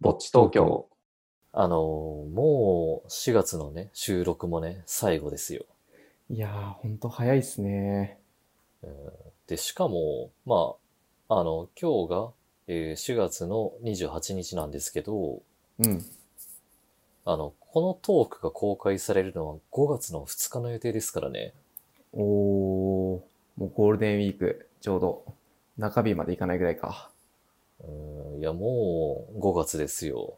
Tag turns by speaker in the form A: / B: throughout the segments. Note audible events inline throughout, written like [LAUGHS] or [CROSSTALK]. A: ぼっち東京。
B: あのーもう4月のね、収録もね、最後ですよ。
C: いやー、ほんと早いっすね。
B: で、しかも、まあ、あの、今日が、えー4月の28日なんですけど、
C: うん。
B: あの、このトークが公開されるのは5月の2日の予定ですからね。
C: おー、もうゴールデンウィーク、ちょうど、中日まで行かないぐらいか。
B: うん、いや、もう5月です
C: [LAUGHS]
B: よ。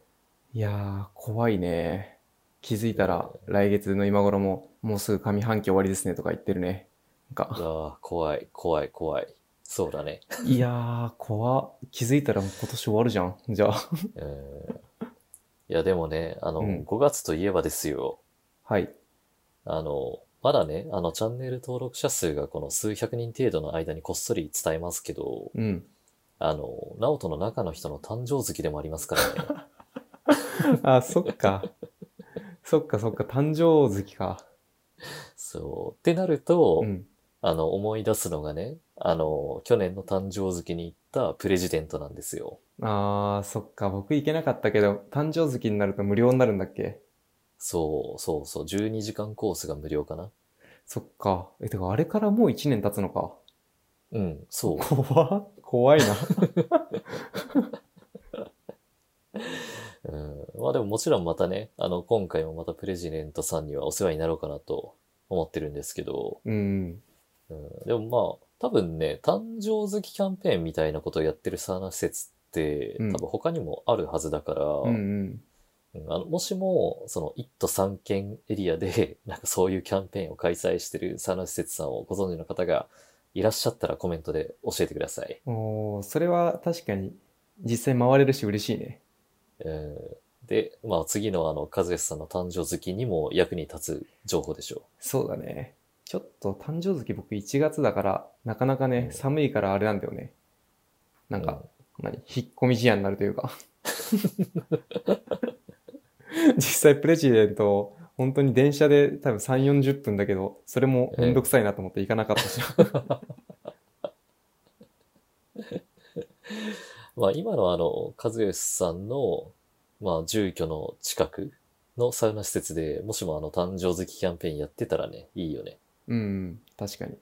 C: いやー、怖いね。気づいたら、来月の今頃も、もうすぐ上半期終わりですねとか言ってるね。なんか、
B: いやー、怖い、怖い、怖い。そうだね。
C: いやー、怖っ気づいたらもう今年終わるじゃん。じゃあ。
B: うん。いや、でもね、あの、
C: うん
B: 5月といえばですよ。
C: はい。
B: あの、まだね、あの、チャンネル登録者数がこの数百人程度の間にこっそり伝えますけど、
C: うん。
B: あの、ナオトの中の人の誕生月でもありま
C: [LAUGHS]
B: すからね。
C: あ、そっか。そっかそっか、誕生月か。
B: そう。ってなると、
C: うん。
B: あの、思い出すのがね、あの、去年の誕生月に行ったプレジデントなんですよ。
C: あー、そっか、僕行けなかったけど、誕生月になると無料になるんだっけ
B: そう、そうそう、12時間コースが無料かな。
C: そっか。え、てか、あれからもう1年経つのか。
B: うん、そう。
C: [LAUGHS] 怖っ怖いな。
B: うん、まあでももちろんまたね、あの、今回もまたプレジデントさんにはお世話になろうかなと思ってるんですけど、
C: [LAUGHS] うん。
B: うん、でもまあ、多分ね、誕生月キャンペーンみたいなことをやってるサウナ施設って、
C: うん
B: 多分他にもあるはずだか
C: [LAUGHS]
B: ら、
C: うんうん。
B: うんあの、もしも、その、1都3県エリアで、 [LAUGHS] なんかそういうキャンペーンを開催してるサウナ施設さんをご存知の方がいらっしゃったらコメントで教えてください。
C: おー、それは確かに、実際回れるし嬉しいね。
B: うんで、まあ次のあの、和義さんの誕生月にも役に立つ情報でしょ
C: そうだね。ちょっと誕生月僕1月だから、なかなかね
B: う、ん
C: 寒いからあれなんだよね。
B: う。
C: なんか、何引っ込み思案になるというか。 [LAUGHS] 実際プレジデント、本当に電車で多分3、40分だけど、それもめんどくさいなと思って行かなかった [LAUGHS] し。
B: うんまあ今のあの、和義さんの、まあ住居の近くのサウナ施設で、もしもあの、誕生月キャンペーンやってたらね、いいよね。
C: うん、確かに。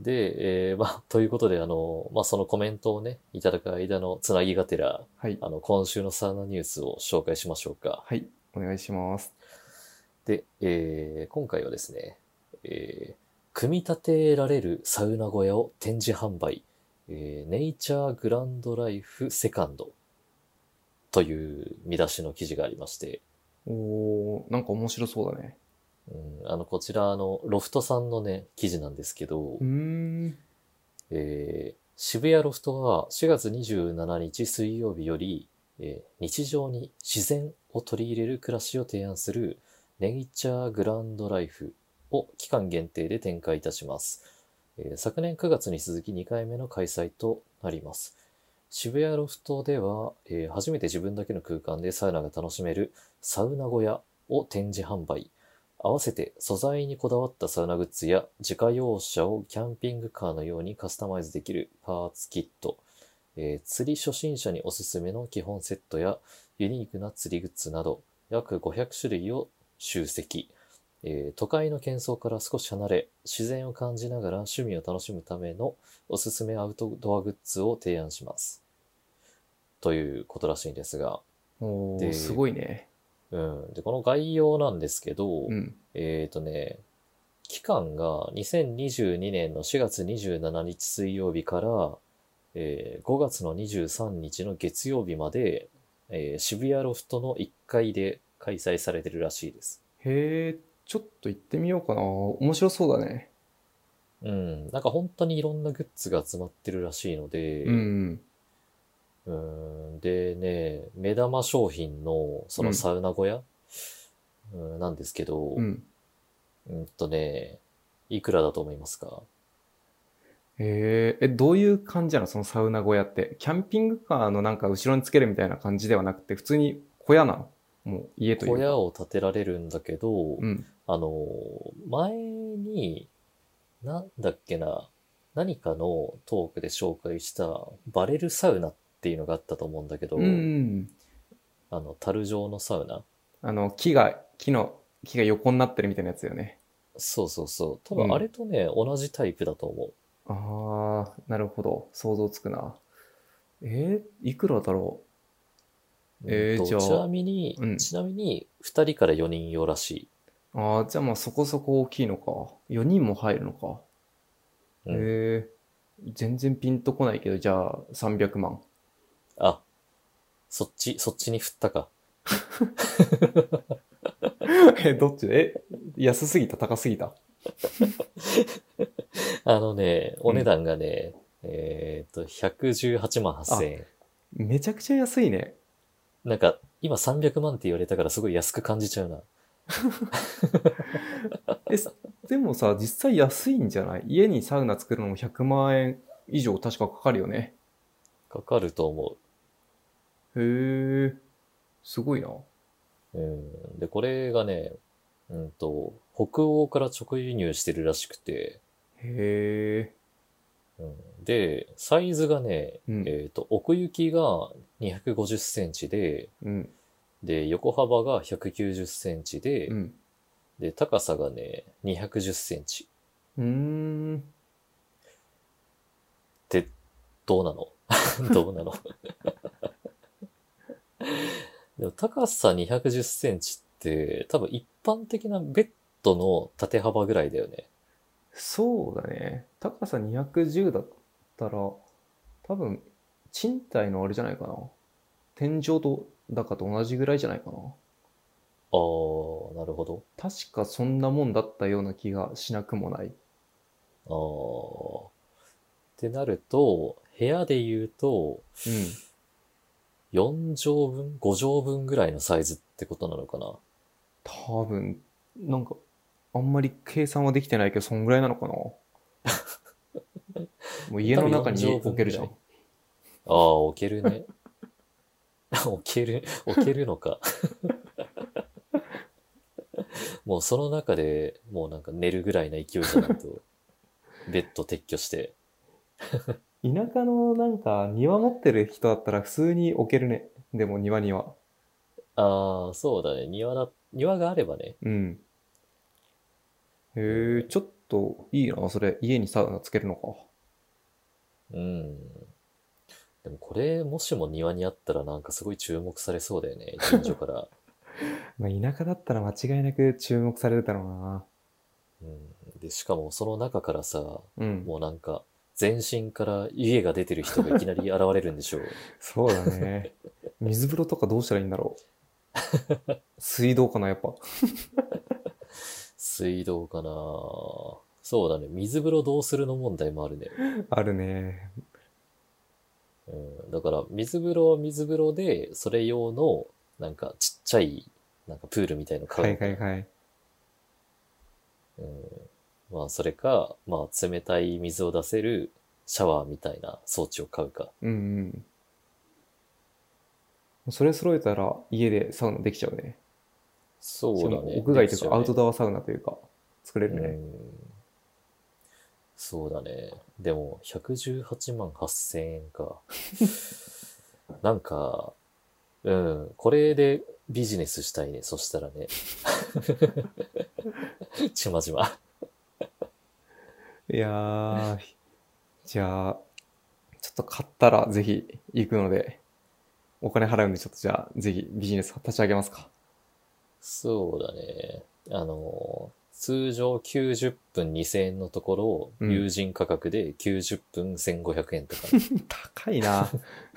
B: で、えーまあ、ということで、あの、まあ、そのコメントをね、いただく間のつなぎがてら、
C: はい。
B: あの、今週のサウナニュースを紹介しましょうか。
C: はい、お願いします。
B: で、えー今回はですね、えー組み立てられるサウナ小屋を展示販売、えーネイチャーグランドライフセカンドという見出しの記事がありまして、
C: おー、なんか面白そうだね。
B: うん、あの、こちら、あの、ロフトさんのね、記事なんですけど、
C: うーん。
B: えー渋谷ロフトは4月27日水曜日より、えー日常に自然を取り入れる暮らしを提案するネイチャーグランドライフを期間限定で展開いたします。えー昨年9月に続き2回目の開催となります。渋谷ロフトでは、えー初めて自分だけの空間でサウナが楽しめるサウナ小屋を展示販売。合わせて素材にこだわったサウナグッズや自家用車をキャンピングカーのようにカスタマイズできるパーツキット、えー釣り初心者におすすめの基本セットやユニークな釣りグッズなど約500種類を集積、えー都会の喧騒から少し離れ自然を感じながら趣味を楽しむためのおすすめアウトドアグッズを提案しますということらしいんですが、
C: お
B: で
C: ー、すごいね。
B: うん、でこの概要なんですけど、
C: うん。
B: えーとね、期間が2022年の4月27日水曜日から、えー5月の23日の月曜日まで、えー渋谷ロフトの1階で開催されてるらしいです。
C: へー、ちょっと行ってみようかな。面白そうだね。
B: うん、なんか本当にいろんなグッズが集まってるらしいので、
C: うん。
B: うんでね、目玉商品のそのサウナ小屋、うんなんですけど、
C: うん。
B: うんとね、いくらだと思いますか
C: へー、え、どういう感じなのそのサウナ小屋って。キャンピングカーのなんか後ろにつけるみたいな感じではなくて、普通に小屋なのもう家という
B: 小
C: か。
B: 屋を建てられるんだけど、
C: うん。
B: あの、前に、なんだっけな、何かのトークで紹介したバレルサウナっっていうのがあったと思うんだけど、
C: うんうん。
B: あの、樽状のサウナ
C: あの、木が、木の、木が横になってるみたいなやつよね。
B: そうそうそう。多
C: うん
B: 分あれとね、同じタイプだと思う。
C: ああ、なるほど。想像つくな。えー、いくらだろえー
B: うんと
C: じゃあ
B: ちなみに、
C: うん
B: ちなみに、2人から4人用らし
C: うああ、じゃあまあそこそこ大きいのか。4人も入るのか。
B: い。うん
C: えー、全然ピンとこないけど、じゃあ300万。
B: あ、そっち、そっちに振ったか。
C: [LAUGHS] え、どっちでえ、安すぎた高すぎた
B: あのね、お値段がね、えーっと、118万8000円。
C: めちゃくちゃ安いね。
B: なんか、今300万って言われたからすごい安く感じちゃうな。
C: え、すでもさ、実際安いんじゃない家にサウナ作るのも100万円以上確かかかるよね。
B: かかると思
C: へえ、すごいな。
B: う。うん。で、これがね、うんと、北欧から直輸入してるらしくて、
C: へえ、
B: うん、で、サイズがね、
C: うん
B: えーっと、奥行きが250センチで、
C: うん、
B: で、横幅が190センチで、
C: うん。
B: で、高さがね、210センチ。
C: うーん。
B: って、どうなの [LAUGHS] どうなのでも高さ210センチって、多分一般的なベッドの縦幅ぐらいだよね。
C: そうだね。高さ210だったら、多分、賃貸のあれじゃないかな。天井と、だかと同じぐらいじゃないかな。
B: あー、なるほど。
C: 確かそんなもんだったような気がしなくもない。
B: あー。ってなると、部屋で言うと、
C: うん。
B: 4畳分 ?5 畳分ぐらいのサイズってことなのかな
C: 多分、なんか、あんまり計算はできてないけど、そんぐらいなのかな。
B: [LAUGHS]
C: もう家の中に
B: 多分四畳分
C: 置けるじゃん。
B: ああ、置けるね。 [LAUGHS] 置ける、置けるのか。 [LAUGHS] もうその中でもうなんか寝るぐらいな勢いじゃないと、ベッド撤去して。
C: 田舎のなんか庭持ってる人だったら普通に置けるね。でも庭には。
B: ああ、そうだね。庭だ、庭があればね。
C: うん。へえ、ちょっといいな、それ。家にサウナつけるのか。
B: うん。でもこれ、もしも庭にあったらなんかすごい注目されそうだよね。近所から。 [LAUGHS]
C: まあ、田舎だったら間違いなく注目されるだろうな。
B: うん。で、しかもその中からさ、
C: うん。
B: もうなんか、全身から湯気が出てる人がいきなり現れるんでしょう。
C: そうだね。 [LAUGHS] 水風呂とかどうしたらいいんだろう。水道かな、やっぱ。
B: 水道かなそうだね。水風呂どうするの問題もあるね。
C: あるね。
B: うん、だから、水風呂は水風呂で、それ用の、なんか、ちっちゃい、なんかプールみたいの
C: は
B: 買う。
C: いはいはい。
B: うん、まあ、それか、まあ、冷たい水を出せるシャワーみたいな装置を買うか。
C: うんうん。それ揃えたら家でサウナできちゃうね。
B: そう
C: しか
B: だ
C: も
B: ね。
C: 屋外というかアウト
B: ド
C: ドアサウナというか、作れる
B: う
C: ね。
B: ん。そうだね。でも、118万8000円か。なんか、うん、これでビジネスしたいね。そしたらね。ちまちま。
C: いやー、 [LAUGHS] じゃあ、ちょっと買ったらぜひ行くので、お金払うんでちょっとじゃあ、ぜひビジネス立ち上げますか。
B: そうだね。あの、通常90分2000円のところを、
C: うん
B: 友人価格で90分1500円とか、
C: 高いな [LAUGHS]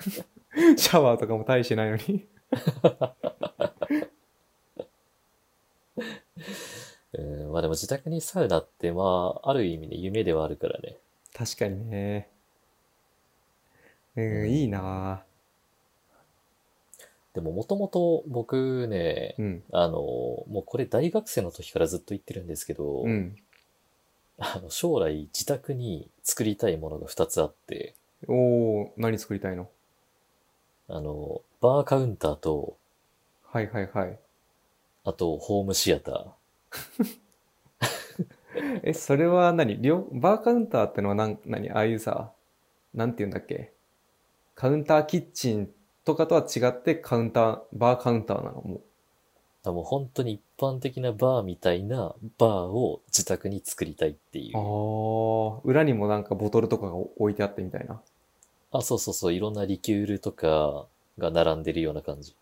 C: シャワーとかも大してないのに。
B: うん。まあでも自宅にサウナって、まあ、ある意味で夢ではあるからね。
C: 確かにね。うん、いいな
B: でももともと僕ね、
C: うん。
B: あの、もうこれ大学生の時からずっと言ってるんですけど、
C: うん。
B: あの将来自宅に作りたいものが2つあって、
C: おー、何作りたいの
B: あの、バーカウンターと、
C: はいはいはい。
B: あとホームシアター。
C: え、それは何両、バーカウンターってのはなん、何ああいうさ、なんて言うんだっけカウンターキッチンとかとは違ってカウンター、バーカウンターなのもう。
B: らもう本当に一般的なバーみたいなバーを自宅に作りたいっていう。
C: ああ、裏にもなんかボトルとかが置いてあってみたいな。
B: あ、そうそうそう、いろんなリキュールとかが並んでるような感じ。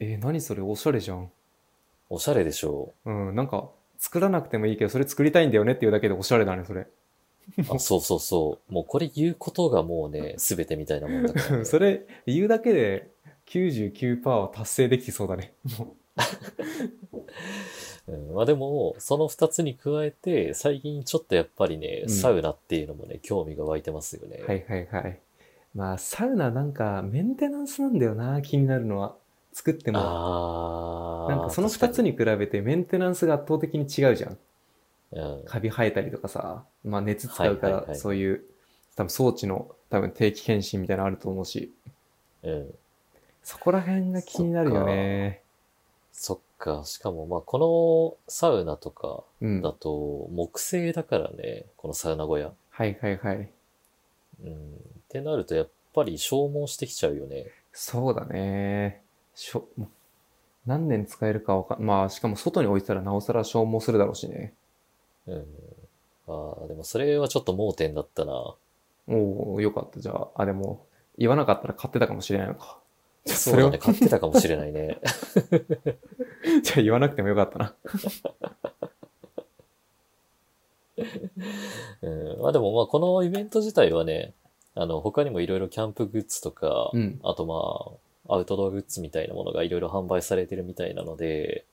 C: えー、何それおしゃれじゃん。
B: おしゃれでしょ
C: うん、なんか作らなくてもいいけど、それ作りたいんだよねっていうだけでおしゃれだね、それ。。
B: う。あ、そうそうそう。もうこれ言うことがもうね、すべてみたいなもんだから、ね
C: [LAUGHS] それ言うだけで99%は達成できそうだね。も
B: うん、まあでも、その二つに加えて、最近ちょっとやっぱりね、
C: うん
B: サウナっていうのもね、興味が湧いてますよね。
C: うはいはいはい。まあ、サウナなんかメンテナンスなんだよな、気になるのは。作っても。
B: あー
C: なんかその2つ。に比べてメンテナンスが圧倒的に違うじゃん。
B: 確かにうん。
C: カビ生えたりとかさ、まあ熱使うか
B: はいはいは
C: ら、
B: い
C: そういう、多分装置の多分定期検診みたいなのあると思うし、
B: うん。
C: そこら辺が気になるよね。
B: そっか。しかも、まあこのサウナとか
C: うん。
B: だ
C: は
B: と、木製だからね、このサウナ小屋。
C: いはいはい。
B: うん。ってなると、やっぱり消耗してきちゃうよね。
C: そうだね。しょ、もう何年使えるかわかん、まあしかも外に置いてたらなおさら消耗するだろうしね。
B: うん。ああ、でもそれはちょっと盲点だったな。
C: おおよかった。じゃあ、あ、でも、言わなかったら買ってたかもしれないのか。じゃあ
B: そ
C: そうれ
B: だ
C: を、
B: ね。買ってたかもしれないね。
C: [LAUGHS] じゃあ言わなくてもよかったな。
B: うん。まあでもまあこのイベント自体はね、あの、他にもいろいろキャンプグッズとか、
C: うん。
B: あとまあ、アウトドアグッズみたいなものがいろいろ販売されてるみたいなので、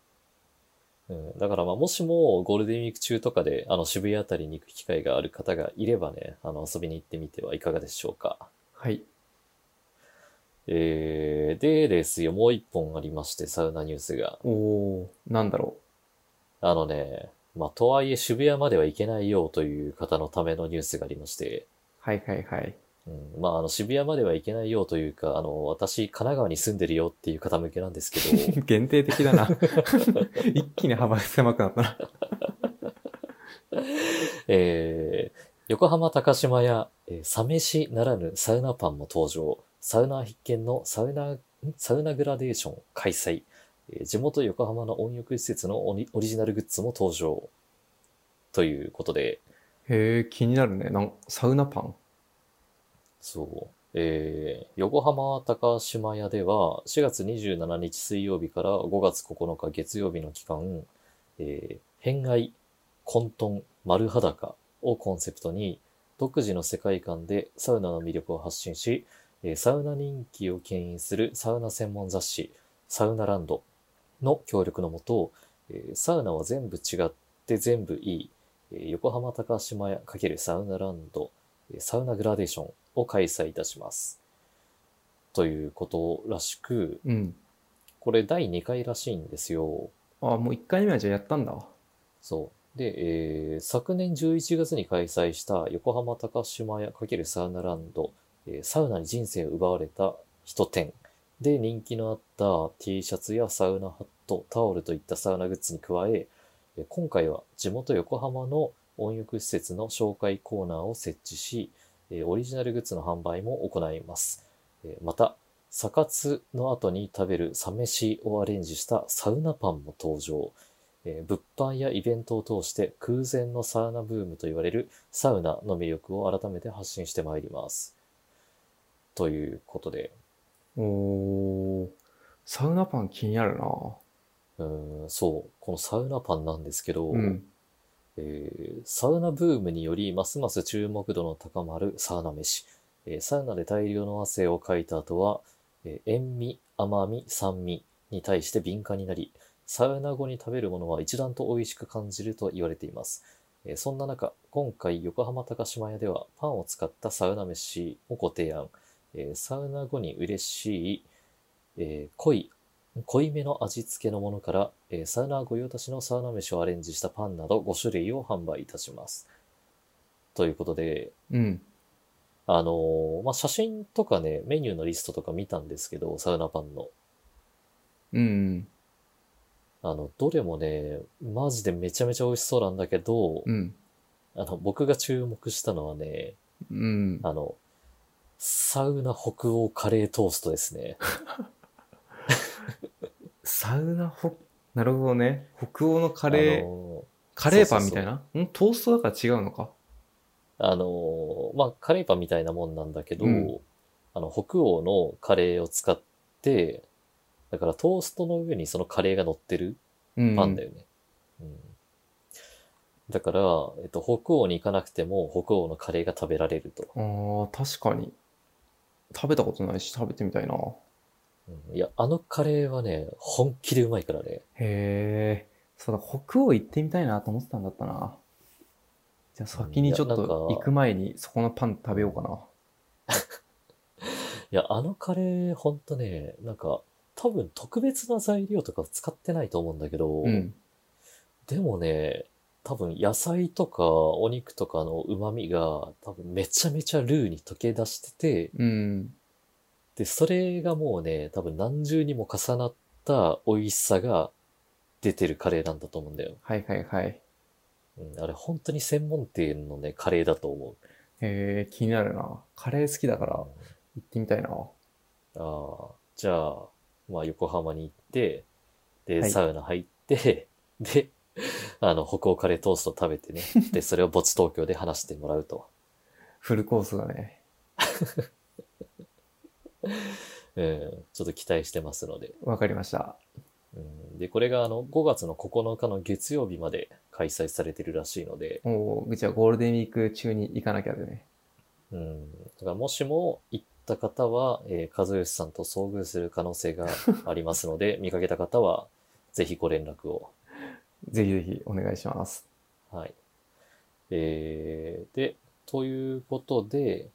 B: うん、だからまあ、もしもゴールデンウィーク中とかで、あの、渋谷あたりに行く機会がある方がいればね、あの、遊びに行ってみてはいかがでしょうか。
C: はい。
B: えー、でですよ、もう一本ありまして、サウナニュースが。
C: おおなんだろ
B: あのね、まあ、とはいえ渋谷までは行けないよという方のためのニュースがありまして、
C: う。はいはいはい。 [LAUGHS]
B: うん、まあ、あの、渋谷までは行けないよというか、あの、私、神奈川に住んでるよっていう方向けなんですけ
C: [LAUGHS]
B: ど、
C: 限定的だな。一気に幅が狭くなったな。
B: えー横浜高島屋、えーサ飯ならぬサウナパンも登場。サウナー必見のサウナ、んサウナグラデーション開催。えー地元横浜の温浴施設のオリオリジナルグッズも登場。ということで、
C: へえ、気になるね。なんサウナパン。
B: そう。えー横浜高島屋では4月27日水曜日から5月9日月曜日の期間、えー、偏愛、混沌、丸裸をコンセプトに独自の世界観でサウナの魅力を発信し、えーサウナ人気を牽引するサウナ専門雑誌サウナランドの協力のもと、えーサウナは全部違って全部いい、えー横浜高島屋×サウナランドえーサウナグラデーションを開催いたします。ということらしく、
C: うん。
B: これ第2回らしいんですよ。
C: あ、もう1回目はじゃあやったんだ。
B: そう。で、えー昨年11月に開催した横浜高島屋×サウナランド、えーサウナに人生を奪われた人展で人気のあった T シャツやサウナハット、タオルといったサウナグッズに加え、えー今回は地元横浜の温浴施設の紹介コーナーを設置し、えーオリジナルグッズの販売も行います。えーまた、サカツの後に食べるサ飯をアレンジしたサウナパンも登場。えー物販やイベントを通して空前のサウナブームと言われるサウナの魅力を改めて発信してまいります。ということで、
C: おーサウナパン気になるな。
B: うーん、そう、このサウナパンなんですけど、
C: うん。
B: えーサウナブームによりますます注目度の高まるサウナ飯、えーサウナで大量の汗をかいた後は、えー塩味甘み酸味に対して敏感になりサウナ後に食べるものは一段と美味しく感じると言われています、えーそんな中今回横浜高島屋ではパンを使ったサウナ飯をご提案、えーサウナ後に嬉しい、えー濃い濃いめの味付けのものから、えーサウナー御用達のサウナ飯をアレンジしたパンなど5種類を販売いたします。ということで、
C: うん。
B: あのーまあ、写真とかね、メニューのリストとか見たんですけど、サウナパンの。
C: うん。
B: あの、どれもね、マジでめちゃめちゃ美味しそうなんだけど、
C: うん。
B: あの、僕が注目したのはね、
C: うん。
B: あの、サウナ北欧カレートーストですね。
C: サウナほ、なるほどね。北欧のカ
B: カ
C: レー、カレーパンみたいなうんトーストだから違うのか。
B: あのーまあ、カレーパンみたいなもんなんだけど、
C: うん
B: あの、北欧のカレーを使って、だからトーストの上にそのカレーが乗ってる
C: うん。
B: パンだよね。うんだから、えっと、北欧に行かなくても北欧のカレーが食べられると。
C: ああ、確かに。食べたことないし、食べてみたいな。
B: うんいや、あのカレーはね、本気でうまいからね。
C: へえ。そうだ、北欧行ってみたいなと思ってたんだったな。じゃあ先にちょっ
B: いやなんか
C: と行く前にそこのパン食べようかな。
B: いや、あのカレーほんとね、なんか、多分特別な材料とか使ってないと思うんだけど、
C: うん。
B: でもね、多分野菜とかお肉とかの旨味が多分めちゃめちゃルーに溶け出してて、
C: うん。
B: で、それがもうね、多分何重にも重なった美味しさが出てるカレーなんだと思うんだよ。
C: はいはいはい。へ
B: うん、あれ本当に専門店のね、カレーだと思う。
C: え、気になるな。カレー好きだから
B: あ
C: 行ってみたいな。
B: あ、じゃあ、まあ横浜に行って、で、
C: はい
B: サウナ入って、 [LAUGHS] で、あの、北欧カレートースト食べてね、で、それをボツ東京で話してもらうと。
C: フルコースだね。
B: うん、ちょっと期待してますので。
C: わかりました。
B: うん、で、これがあの、5月の9日の月曜日まで開催されてるらしいので、
C: もう、じゃあゴールデンウィーク中に行かなきゃでね。
B: うん、だからもしも行った方は、えー和義さんと遭遇する可能性がありますので、見かけた方は、ぜひご連絡を。
C: ぜひぜひお願いします。
B: はい。えー、で、ということで、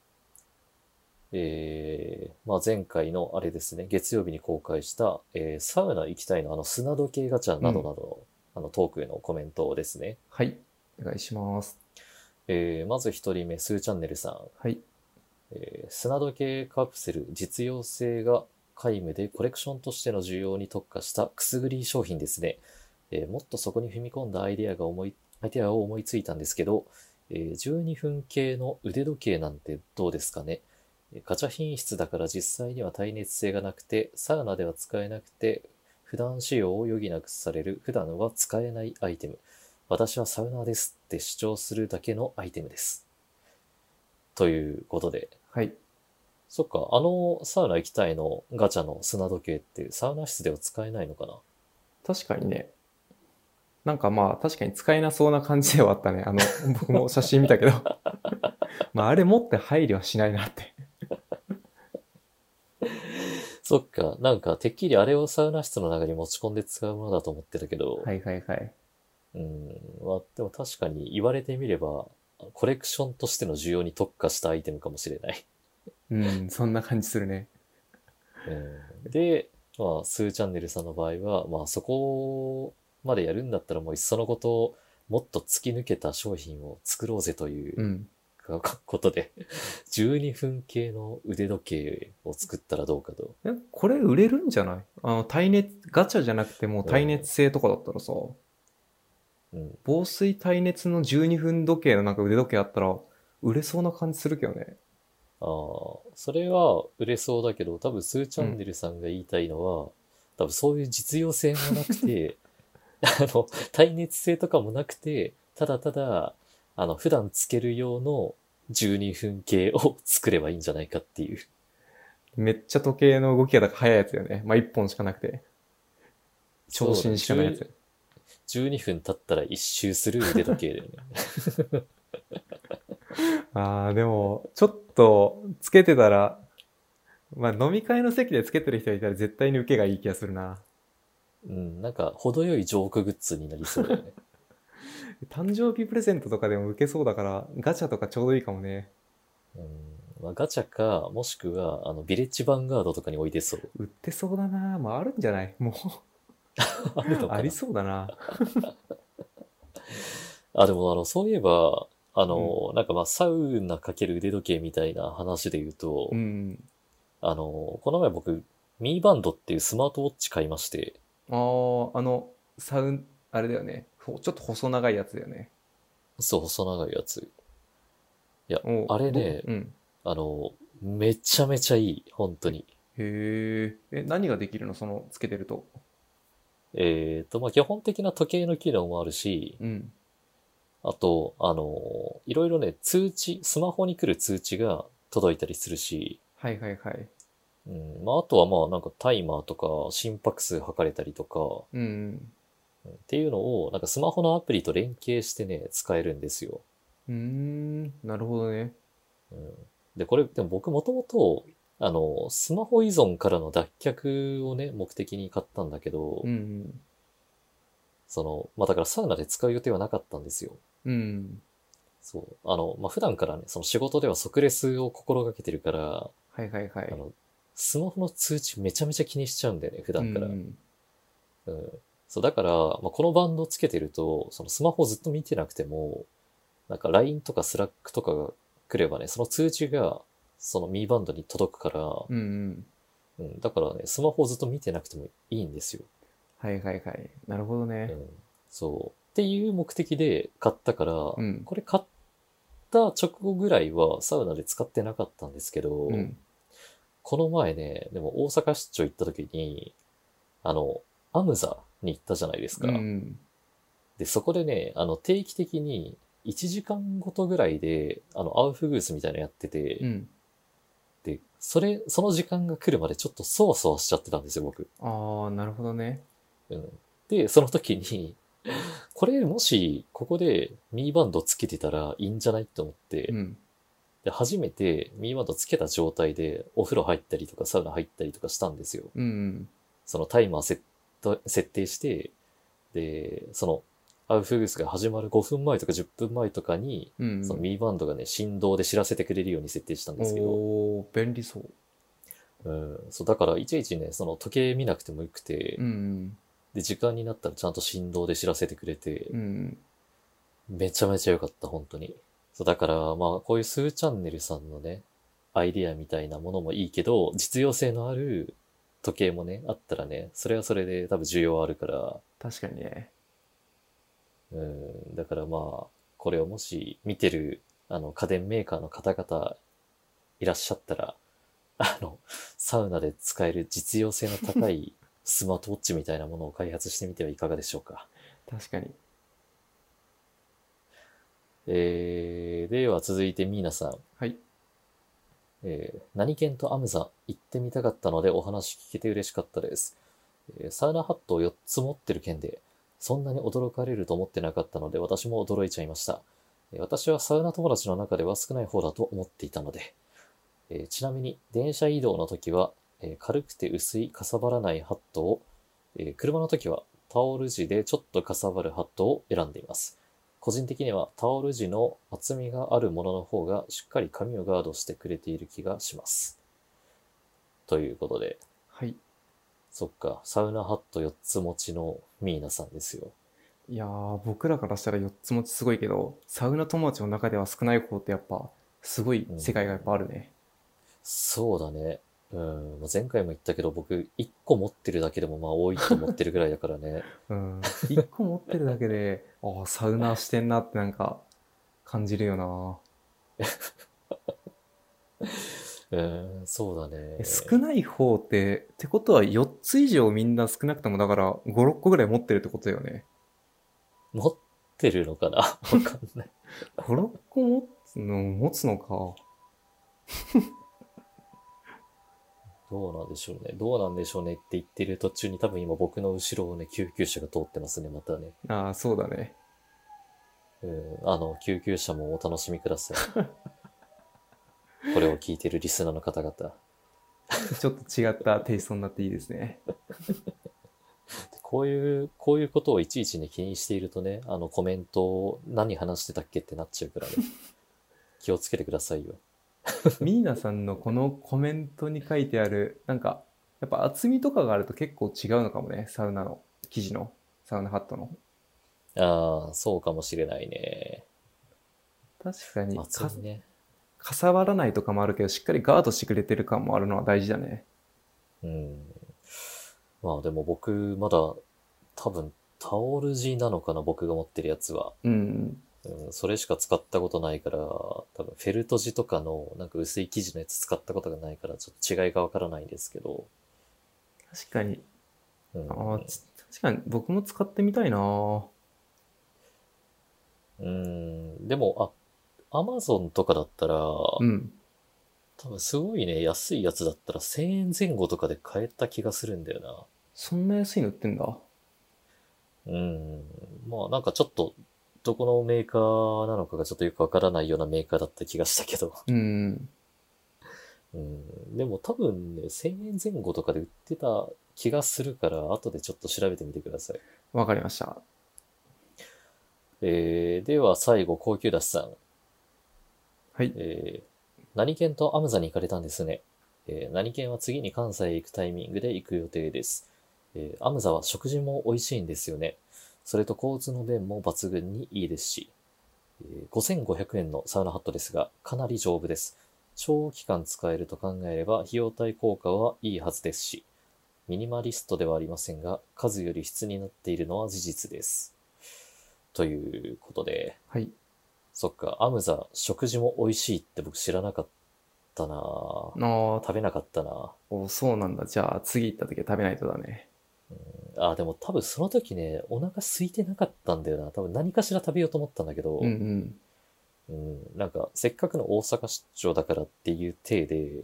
B: えー、まあ、前回のあれですね、月曜日に公開した、えーサウナ行きたいのあの砂時計ガチャなどなど、あのトークへのコメントですね。
C: はい。お願いします。
B: えーまず一人目、スーチャンネルさん。
C: はい。
B: えー砂時計カプセル実用性が皆無でコレクションとしての需要に特化したくすぐり商品ですね、えーもっとそこに踏み込んだアイデアが思いアイデアを思いついたんですけど、えー12分系の腕時計なんてどうですかねえーガチャ品質だから実際には耐熱性がなくてサウナでは使えなくて普段使用を余儀なくされる普段は使えないアイテム私はサウナーですって主張するだけのアイテムですということで
C: はい。
B: そっか、あのサウナ行きたいのガチャの砂時計ってサウナ室では使えないのかな
C: 確かにね。なんかまあ、確かに使えなそうな感じではあったね。あの、 [LAUGHS] 僕も写真見たけど。 [LAUGHS] まあ、あれ持って配慮はしないなって。
B: そっか、なんかてっきりあれをサウナ室の中に持ち込んで使うものだと思ってたけど、
C: はいはいはい。
B: うん、まあでも確かに言われてみれば、コレクションとしての需要に特化したアイテムかもしれない。
C: うん、そんな感じするね。
B: うん、で、まあ、スーチャンネルさんの場合は、まあそこまでやるんだったらもういっそのことをもっと突き抜けた商品を作ろうぜという
C: うん。
B: ことで、12分系の腕時計を作ったらどうかと。
C: えこれ売れるんじゃないあの、耐熱、ガチャじゃなくてもう耐熱性とかだったらさ、
B: うん、
C: 防水耐熱の12分時計のなんか腕時計あったら、売れそうな感じするけどね。
B: ああ、それは売れそうだけど、多分スーチャンネルさんが言いたいのは、多分そういう実用性もなくて、 [LAUGHS] あの、耐熱性とかもなくて、ただただ、あの、普段つける用の12分計を作ればいいんじゃないかっていう。
C: めっちゃ時計の動きがだから速いやつだよね。まあ、1本しかなくて。長身しかないやつ。
B: 12分経ったら一周する腕時計だよね。
C: ああ、でも、ちょっと、つけてたら、まあ、飲み会の席でつけてる人がいたら絶対に受けがいい気がするな。
B: うん、なんか程よいジョークグッズになりそうだよね。
C: 誕生日プレゼントとかでも受けそうだから、ガチャとかちょうどいいかもね。
B: うんまあ、ガチャか、もしくは、あの、ビレッジヴァンガードとかに置いてそう。
C: 売ってそうだな。まあ、あるんじゃないも
B: ある
C: う
B: の、
C: [LAUGHS]
B: か
C: あ
B: な
C: りそうだな。
B: あ、でも、あの、そういえば、あの、なんかまあ、サウナかける腕時計みたいな話で言うと、
C: うん。
B: あの、この前僕、ミーバンドっていうスマートウォッチ買いまして、
C: ああ、あの、サウン、あれだよね。ほちょっと細長いやつだよね。
B: そう、細長いやつ。
C: おう
B: あれね
C: どううん。
B: あの、めちゃめちゃいい、本当に。
C: へえ。え、何ができるのその、つけてると。
B: えっ、と、まあ、基本的な時計の機能もあるし、
C: うん。
B: あと、あの、いろいろね、通知、スマホに来る通知が届いたりするし、
C: はいはいはい。
B: うん、まあ、あとはまあ、なんかタイマーとか心拍数測れたりとか、
C: うん。
B: うんっていうのを、なんかスマホのアプリと連携してね、使えるんですよ。
C: うーん。なるほどね。
B: うん、で、これ、でも僕もともと、あの、スマホ依存からの脱却をね、目的に買ったんだけど、
C: うん。
B: その、まあ、だからサウナで使う予定はなかったんですよ。
C: うん。
B: そう。あの、まあ、普段からね、その仕事では即レスを心がけてるから、
C: はいはいはい。
B: あの、スマホの通知めちゃめちゃ気にしちゃうんだよね、普段から。
C: う
B: うん。
C: ん
B: そう、だから、まあ、このバンドつけてると、そのスマホずっと見てなくても、なんか LINE とか Slack とかが来ればね、その通知が、そのミーバンドに届くから、
C: うんうん。
B: うん、だからね、スマホずっと見てなくてもいいんですよ。
C: はいはいはい。なるほど
B: う
C: ね。
B: ん。そう。っていう目的で買ったから、
C: うん。
B: これ買った直後ぐらいはサウナで使ってなかったんですけど、
C: うん。
B: この前ね、でも大阪出張行った時に、あの、アムザに行ったじゃないですか。
C: うん。
B: で、そこでね、あの、定期的に1時間ごとぐらいで、あの、アウフグースみたいなのやってて、
C: うん。
B: で、それ、その時間が来るまでちょっとそわそわしちゃってたんですよ、僕。
C: ああ、なるほどね。
B: うん。で、その時に、 [LAUGHS] これもし、ここでミーバンドつけてたらいいんじゃないと思って、
C: うん。
B: で、初めてミーバンドつけた状態でお風呂入ったりとかサウナ入ったりとかしたんですよ。
C: うんうん。
B: そのタイマーセット設定して、で、そのアウフグースが始まる5分前とか10分前とかに、
C: うん。
B: そのミーバンドがね、振動で知らせてくれるように設定したんですけど、
C: おお便利そう。
B: うん、そう、だからいちいちね、その時計見なくてもよくて、
C: うん
B: で、時間になったらちゃんと振動で知らせてくれて
C: うん。う、ん
B: めちゃめちゃ良かった、本当に。そう、だから、まあ、こういうスーチャンネルさんのね、アイディアみたいなものもいいけど、実用性のある時計もね、あったらね、それはそれで多分需要あるから、
C: 確かにね。
B: うん、だからまあ、これをもし見てる、あの、家電メーカーの方々、いらっしゃったら、あの、サウナで使える実用性の高いスマートウォッチみたいなものを開発してみてはいかがでしょうか。
C: 確かに。
B: えー、では続いてミーナさん。
C: はい。
B: えー何県とアムザ行ってみたかったのでお話聞けて嬉しかったです、えーサウナハットを4つ持ってる県でそんなに驚かれると思ってなかったので私も驚いちゃいました、えー私はサウナ友達の中では少ない方だと思っていたので、えーちなみに電車移動の時は、えー軽くて薄いかさばらないハットを、えー車の時はタオル地でちょっとかさばるハットを選んでいます個人的にはタオル地の厚みがあるものの方がしっかり髪をガードしてくれている気がします。ということで、
C: はい。
B: そっか、サウナハット4つ持ちのミーナさんですよ。
C: いやー、僕らからしたら4つ持ちすごいけど、サウナ友達の中では少ない方ってやっぱ、すごい世界がやっぱあるね。
B: そうだね。うん、まあ前回も言ったけど僕1個持ってるだけでもまあ多いと思ってるぐらいだからね。 [LAUGHS]
C: うん。1個持ってるだけで、ああ、サウナしてんなってなんか、感じるよな。
B: うん、そうだね
C: え。少ない方って、ってことは4つ以上みんな少なくともだから5、6個ぐらい持ってるってことだよね。
B: 持ってるのかな [LAUGHS] わかんない。
C: 5、6個持つの、持つのか。
B: どうなんでしょうね。どうなんでしょうねって言ってる途中に多分今僕の後ろをね、救急車が通ってますね、またね。
C: ああ、そうだね。
B: うん、あの、救急車もお楽しみください。これを聞いてるリスナーの方々。
C: ちょっと違ったテイストになっていいですね。
B: こういう、こういうことをいちいちね、気にしているとね、あの、コメントを何話してたっけってなっちゃうからね。気をつけてくださいよ。
C: ミーナさんのこのコメントに書いてある、なんか、やっぱ厚みとかがあると結構違うのかもね、サウナの、生地の、サウナハットの。
B: ああ、そうかもしれないね。
C: 確かに
B: まあ、
C: か
B: 次、ね。
C: かさばらないとかもあるけど、しっかりガードしてくれてる感もあるのは大事だね。
B: うん。まあでも僕、まだ、多分、タオル地なのかな、僕が持ってるやつは。
C: うん。
B: うん、それしか使ったことないから、多分フェルト地とかのなんか薄い生地のやつ使ったことがないから、ちょっと違いがわからないんですけど。
C: 確かに。
B: うん、
C: ああ、ち確かに僕も使ってみたいなぁ
B: うん、でも、あ、アマゾンとかだったら、
C: うん。
B: 多分すごいね、安いやつだったら1000円前後とかで買えた気がするんだよ
C: そんな安いの売ってんだ。
B: な。うん。まあなんかちょっと、どこのメーカーなのかがちょっとよくわからないようなメーカーだった気がしたけど。
C: うん。
B: うん。でも多分ね、1000円前後とかで売ってた気がするから、後でちょっと調べてみてください。
C: わかりました。
B: えー、では最後、高級だしさん。
C: はい。
B: えー何県とアムザに行かれたんですね。えー何県は次に関西へ行くタイミングで行く予定です。えーアムザは食事も美味しいんですよね。それと交通の便も抜群にいいですし、えー5500円のサウナハットですが、かなり丈夫です。長期間使えると考えれば、費用対効果はいいはずですし、ミニマリストではありませんが、数より質になっているのは事実です。ということで、
C: はい。
B: そっか、アムザ、食事も美味しいって僕知らなかったなぁ
C: ああ、
B: 食べなかったな
C: おそうなんだ。じゃあ次行った時は食べないとだね。
B: ぁあ、でも多分その時ね、お腹空いてなかったんだよな。多分何かしら食べようと思ったんだけど、
C: うんうん。
B: うんなんかせっかくの大阪出張だからっていう体で、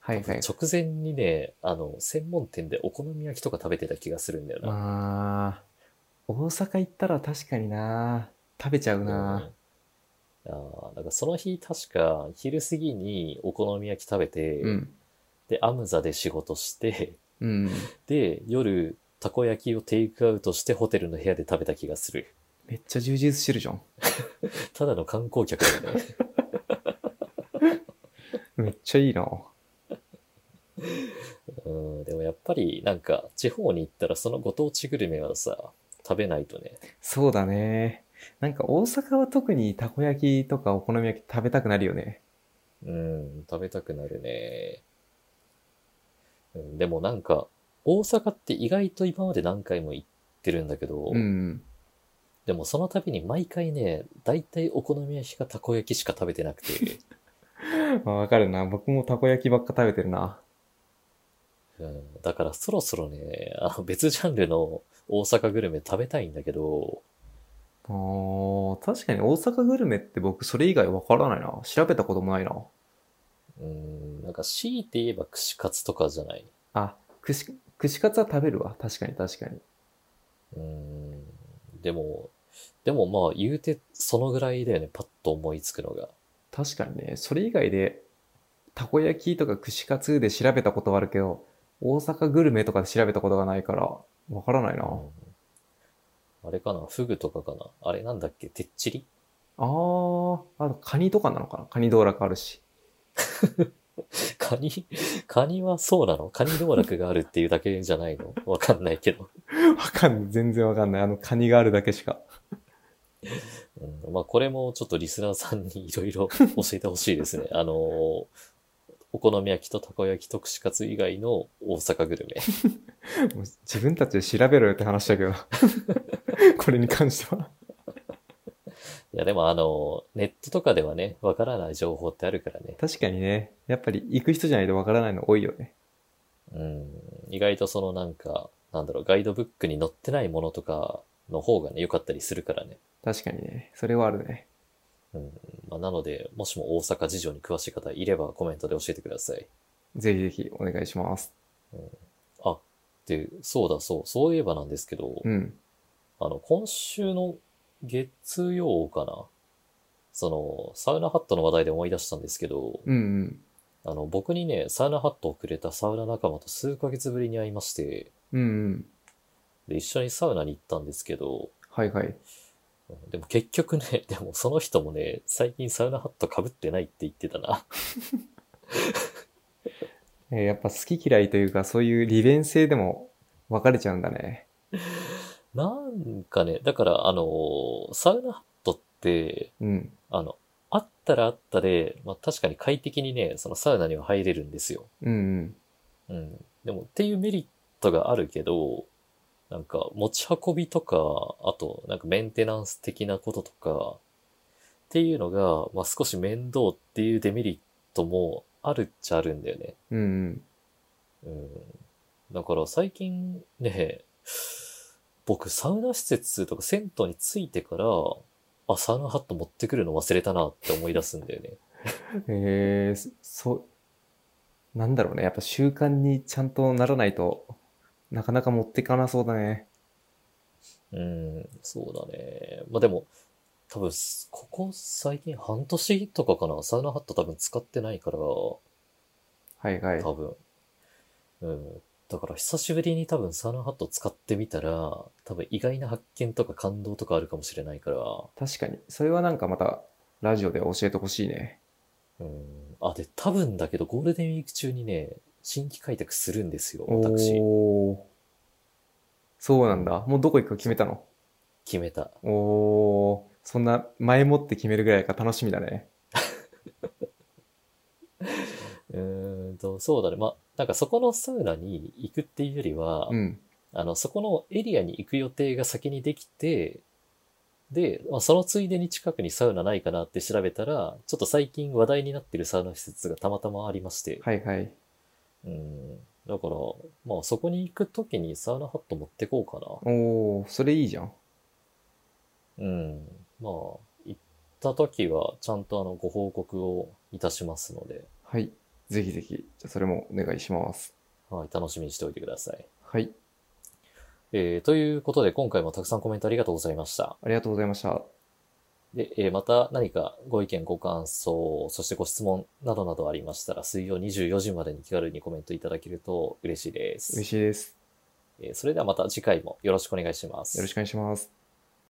C: はいはい。
B: 直前にね、あの、専門店でお好み焼きとか食べてた気がするんだよな。
C: ああ、大阪行ったら確かにな食べちゃうな
B: うんあーなんかその日確か昼過ぎにお好み焼き食べて、
C: うん。
B: で、アムザで仕事して、
C: うん。
B: で、夜、たこ焼きをテイクアウトしてホテルの部屋で食べた気がする。 [LAUGHS]
C: めっちゃ充実してるじゃん。
B: ただの観光客だよね。
C: [LAUGHS] めっちゃいいな
B: うん、でもやっぱりなんか地方に行ったらそのご当地グルメはさ、食べないとね。
C: そうだね。なんか大阪は特にたこ焼きとかお好み焼き食べたくなるよね。
B: うん、食べたくなるね。うん、でもなんか、大阪って意外と今まで何回も行ってるんだけど、
C: うん。
B: でもその度に毎回ね、だいたいお好み焼きかたこ焼きしか食べてなくて、
C: まあわかるな。僕もたこ焼きばっか食べてるな。
B: うん、だからそろそろね、あの別ジャンルの大阪グルメ食べたいんだけど、
C: あー確かに大阪グルメって僕それ以外わからないな。調べたこともないな。
B: うーん、なんか強いて言えば串カツとかじゃない。
C: あ、串、串カツは食べるわ。確かに確かに。
B: うーん、でも、でもまあ言うてそのぐらいだよね、パッと思いつくのが。
C: 確かにね、それ以外で、たこ焼きとか串カツで調べたことはあるけど、大阪グルメとかで調べたことがないから、わからないな。
B: うんあれかな、フグとかかな。あれなんだっけ、てっちり [LAUGHS]
C: あー、あとカニとかなのかなカニ道楽あるし。
B: カニ、カニはそうなのカニ道楽があるっていうだけじゃないのわかんないけど。
C: わかんない。全然わかんない。あのカニがあるだけしか。
B: うん、まあこれもちょっとリスナーさんにいろいろ教えてほしいですね。あのーお好み焼きとたこ焼きと串カツ以外の大阪グルメ。
C: もう自分たちで調べろよって話だけど。 [LAUGHS] これに関しては。
B: いや、でもあの、ネットとかではね、わからない情報ってあるからね。
C: 確かにね、やっぱり行く人じゃないとわからないの多いよね。
B: うん。意外とそのなんか、なんだろう、ガイドブックに載ってないものとかの方がね、良かったりするからね。
C: 確かにね、それはあるね。
B: うん。まあ、なので、もしも大阪事情に詳しい方いればコメントで教えてください。
C: ぜひぜひお願いします。
B: あ、で、そうだそう、そういえばなんですけど、
C: うん。
B: あの、今週の月曜かな。その、サウナハットの話題で思い出したんですけど、
C: うんうん。
B: あの、僕にね、サウナハットをくれたサウナ仲間と数ヶ月ぶりに会いまして、
C: うんうん。
B: で、一緒にサウナに行ったんですけど、
C: はいはい。
B: でも結局ね、 [LAUGHS] でもその人もね、最近サウナハット被ってないって言ってたな。 [LAUGHS]
C: えーやっぱ好き嫌いというか、そういう利便性でも分かれちゃうんだね。
B: なんかね、だからあの、サウナハットって、
C: うん。
B: あの、あったらあったで、まあ確かに快適にね、そのサウナには入れるんですよ。
C: うんうん。
B: うん。でもっていうメリットがあるけど、なんか持ち運びとか、あとなんかメンテナンス的なこととか、っていうのが、まあ、少し面倒っていうデメリットもあるっちゃあるんだよね。
C: うんうん。
B: うん。だから最近ね、僕サウナ施設とか銭湯に着いてから、あ、サウナハット持ってくるの忘れたなって思い出すんだよね。
C: えー、そそう、なんだろうね。やっぱ習慣にちゃんとならないとなかなか持ってかなそうだね。
B: うん、そうだね。まあでも、多分、ここ最近半年とかかな、サウナハット多分使ってないから、多
C: はいはい。
B: 分。うん。だから久しぶりに多分サウナハット使ってみたら、多分意外な発見とか感動とかあるかもしれないから、
C: 確かに。それはなんかまたラジオで教えてほしいね。
B: うん。あ、で、多分だけどゴールデンウィーク中にね、新規開拓するんですよ、私。
C: おーそうなんだ。もうどこ行くか決めたの
B: 決めた。
C: おーそんな前もって決めるぐらいか楽しみだね。
B: うーんと、そうだね。まあ、なんかそこのサウナに行くっていうよりは、
C: うん。
B: あの、そこのエリアに行く予定が先にできて、で、まあ、そのついでに近くにサウナないかなって調べたら、ちょっと最近話題になってるサウナ施設がたまたまありまして、
C: はいはい。
B: うん。だから、まあそこに行くときにサウナハット持ってこう
C: おーそれいいじゃん。
B: かな。うん。まあ、行ったときはちゃんとあの、ご報告をいたしますので、
C: はい。ぜひぜひ。じゃあそれもお願いします。
B: はい、楽しみにしておいてください。
C: はい。
B: えーということで今回もたくさんコメントありがとうございました。
C: ありがとうございました。
B: で、えーまた何かご意見、ご感想、そしてご質問などなどありましたら、水曜24時までに気軽にコメントいただけると嬉しいです。
C: 嬉しいです。
B: えーそれではまた次回もよろしくお願いします。
C: よろしくお願いします。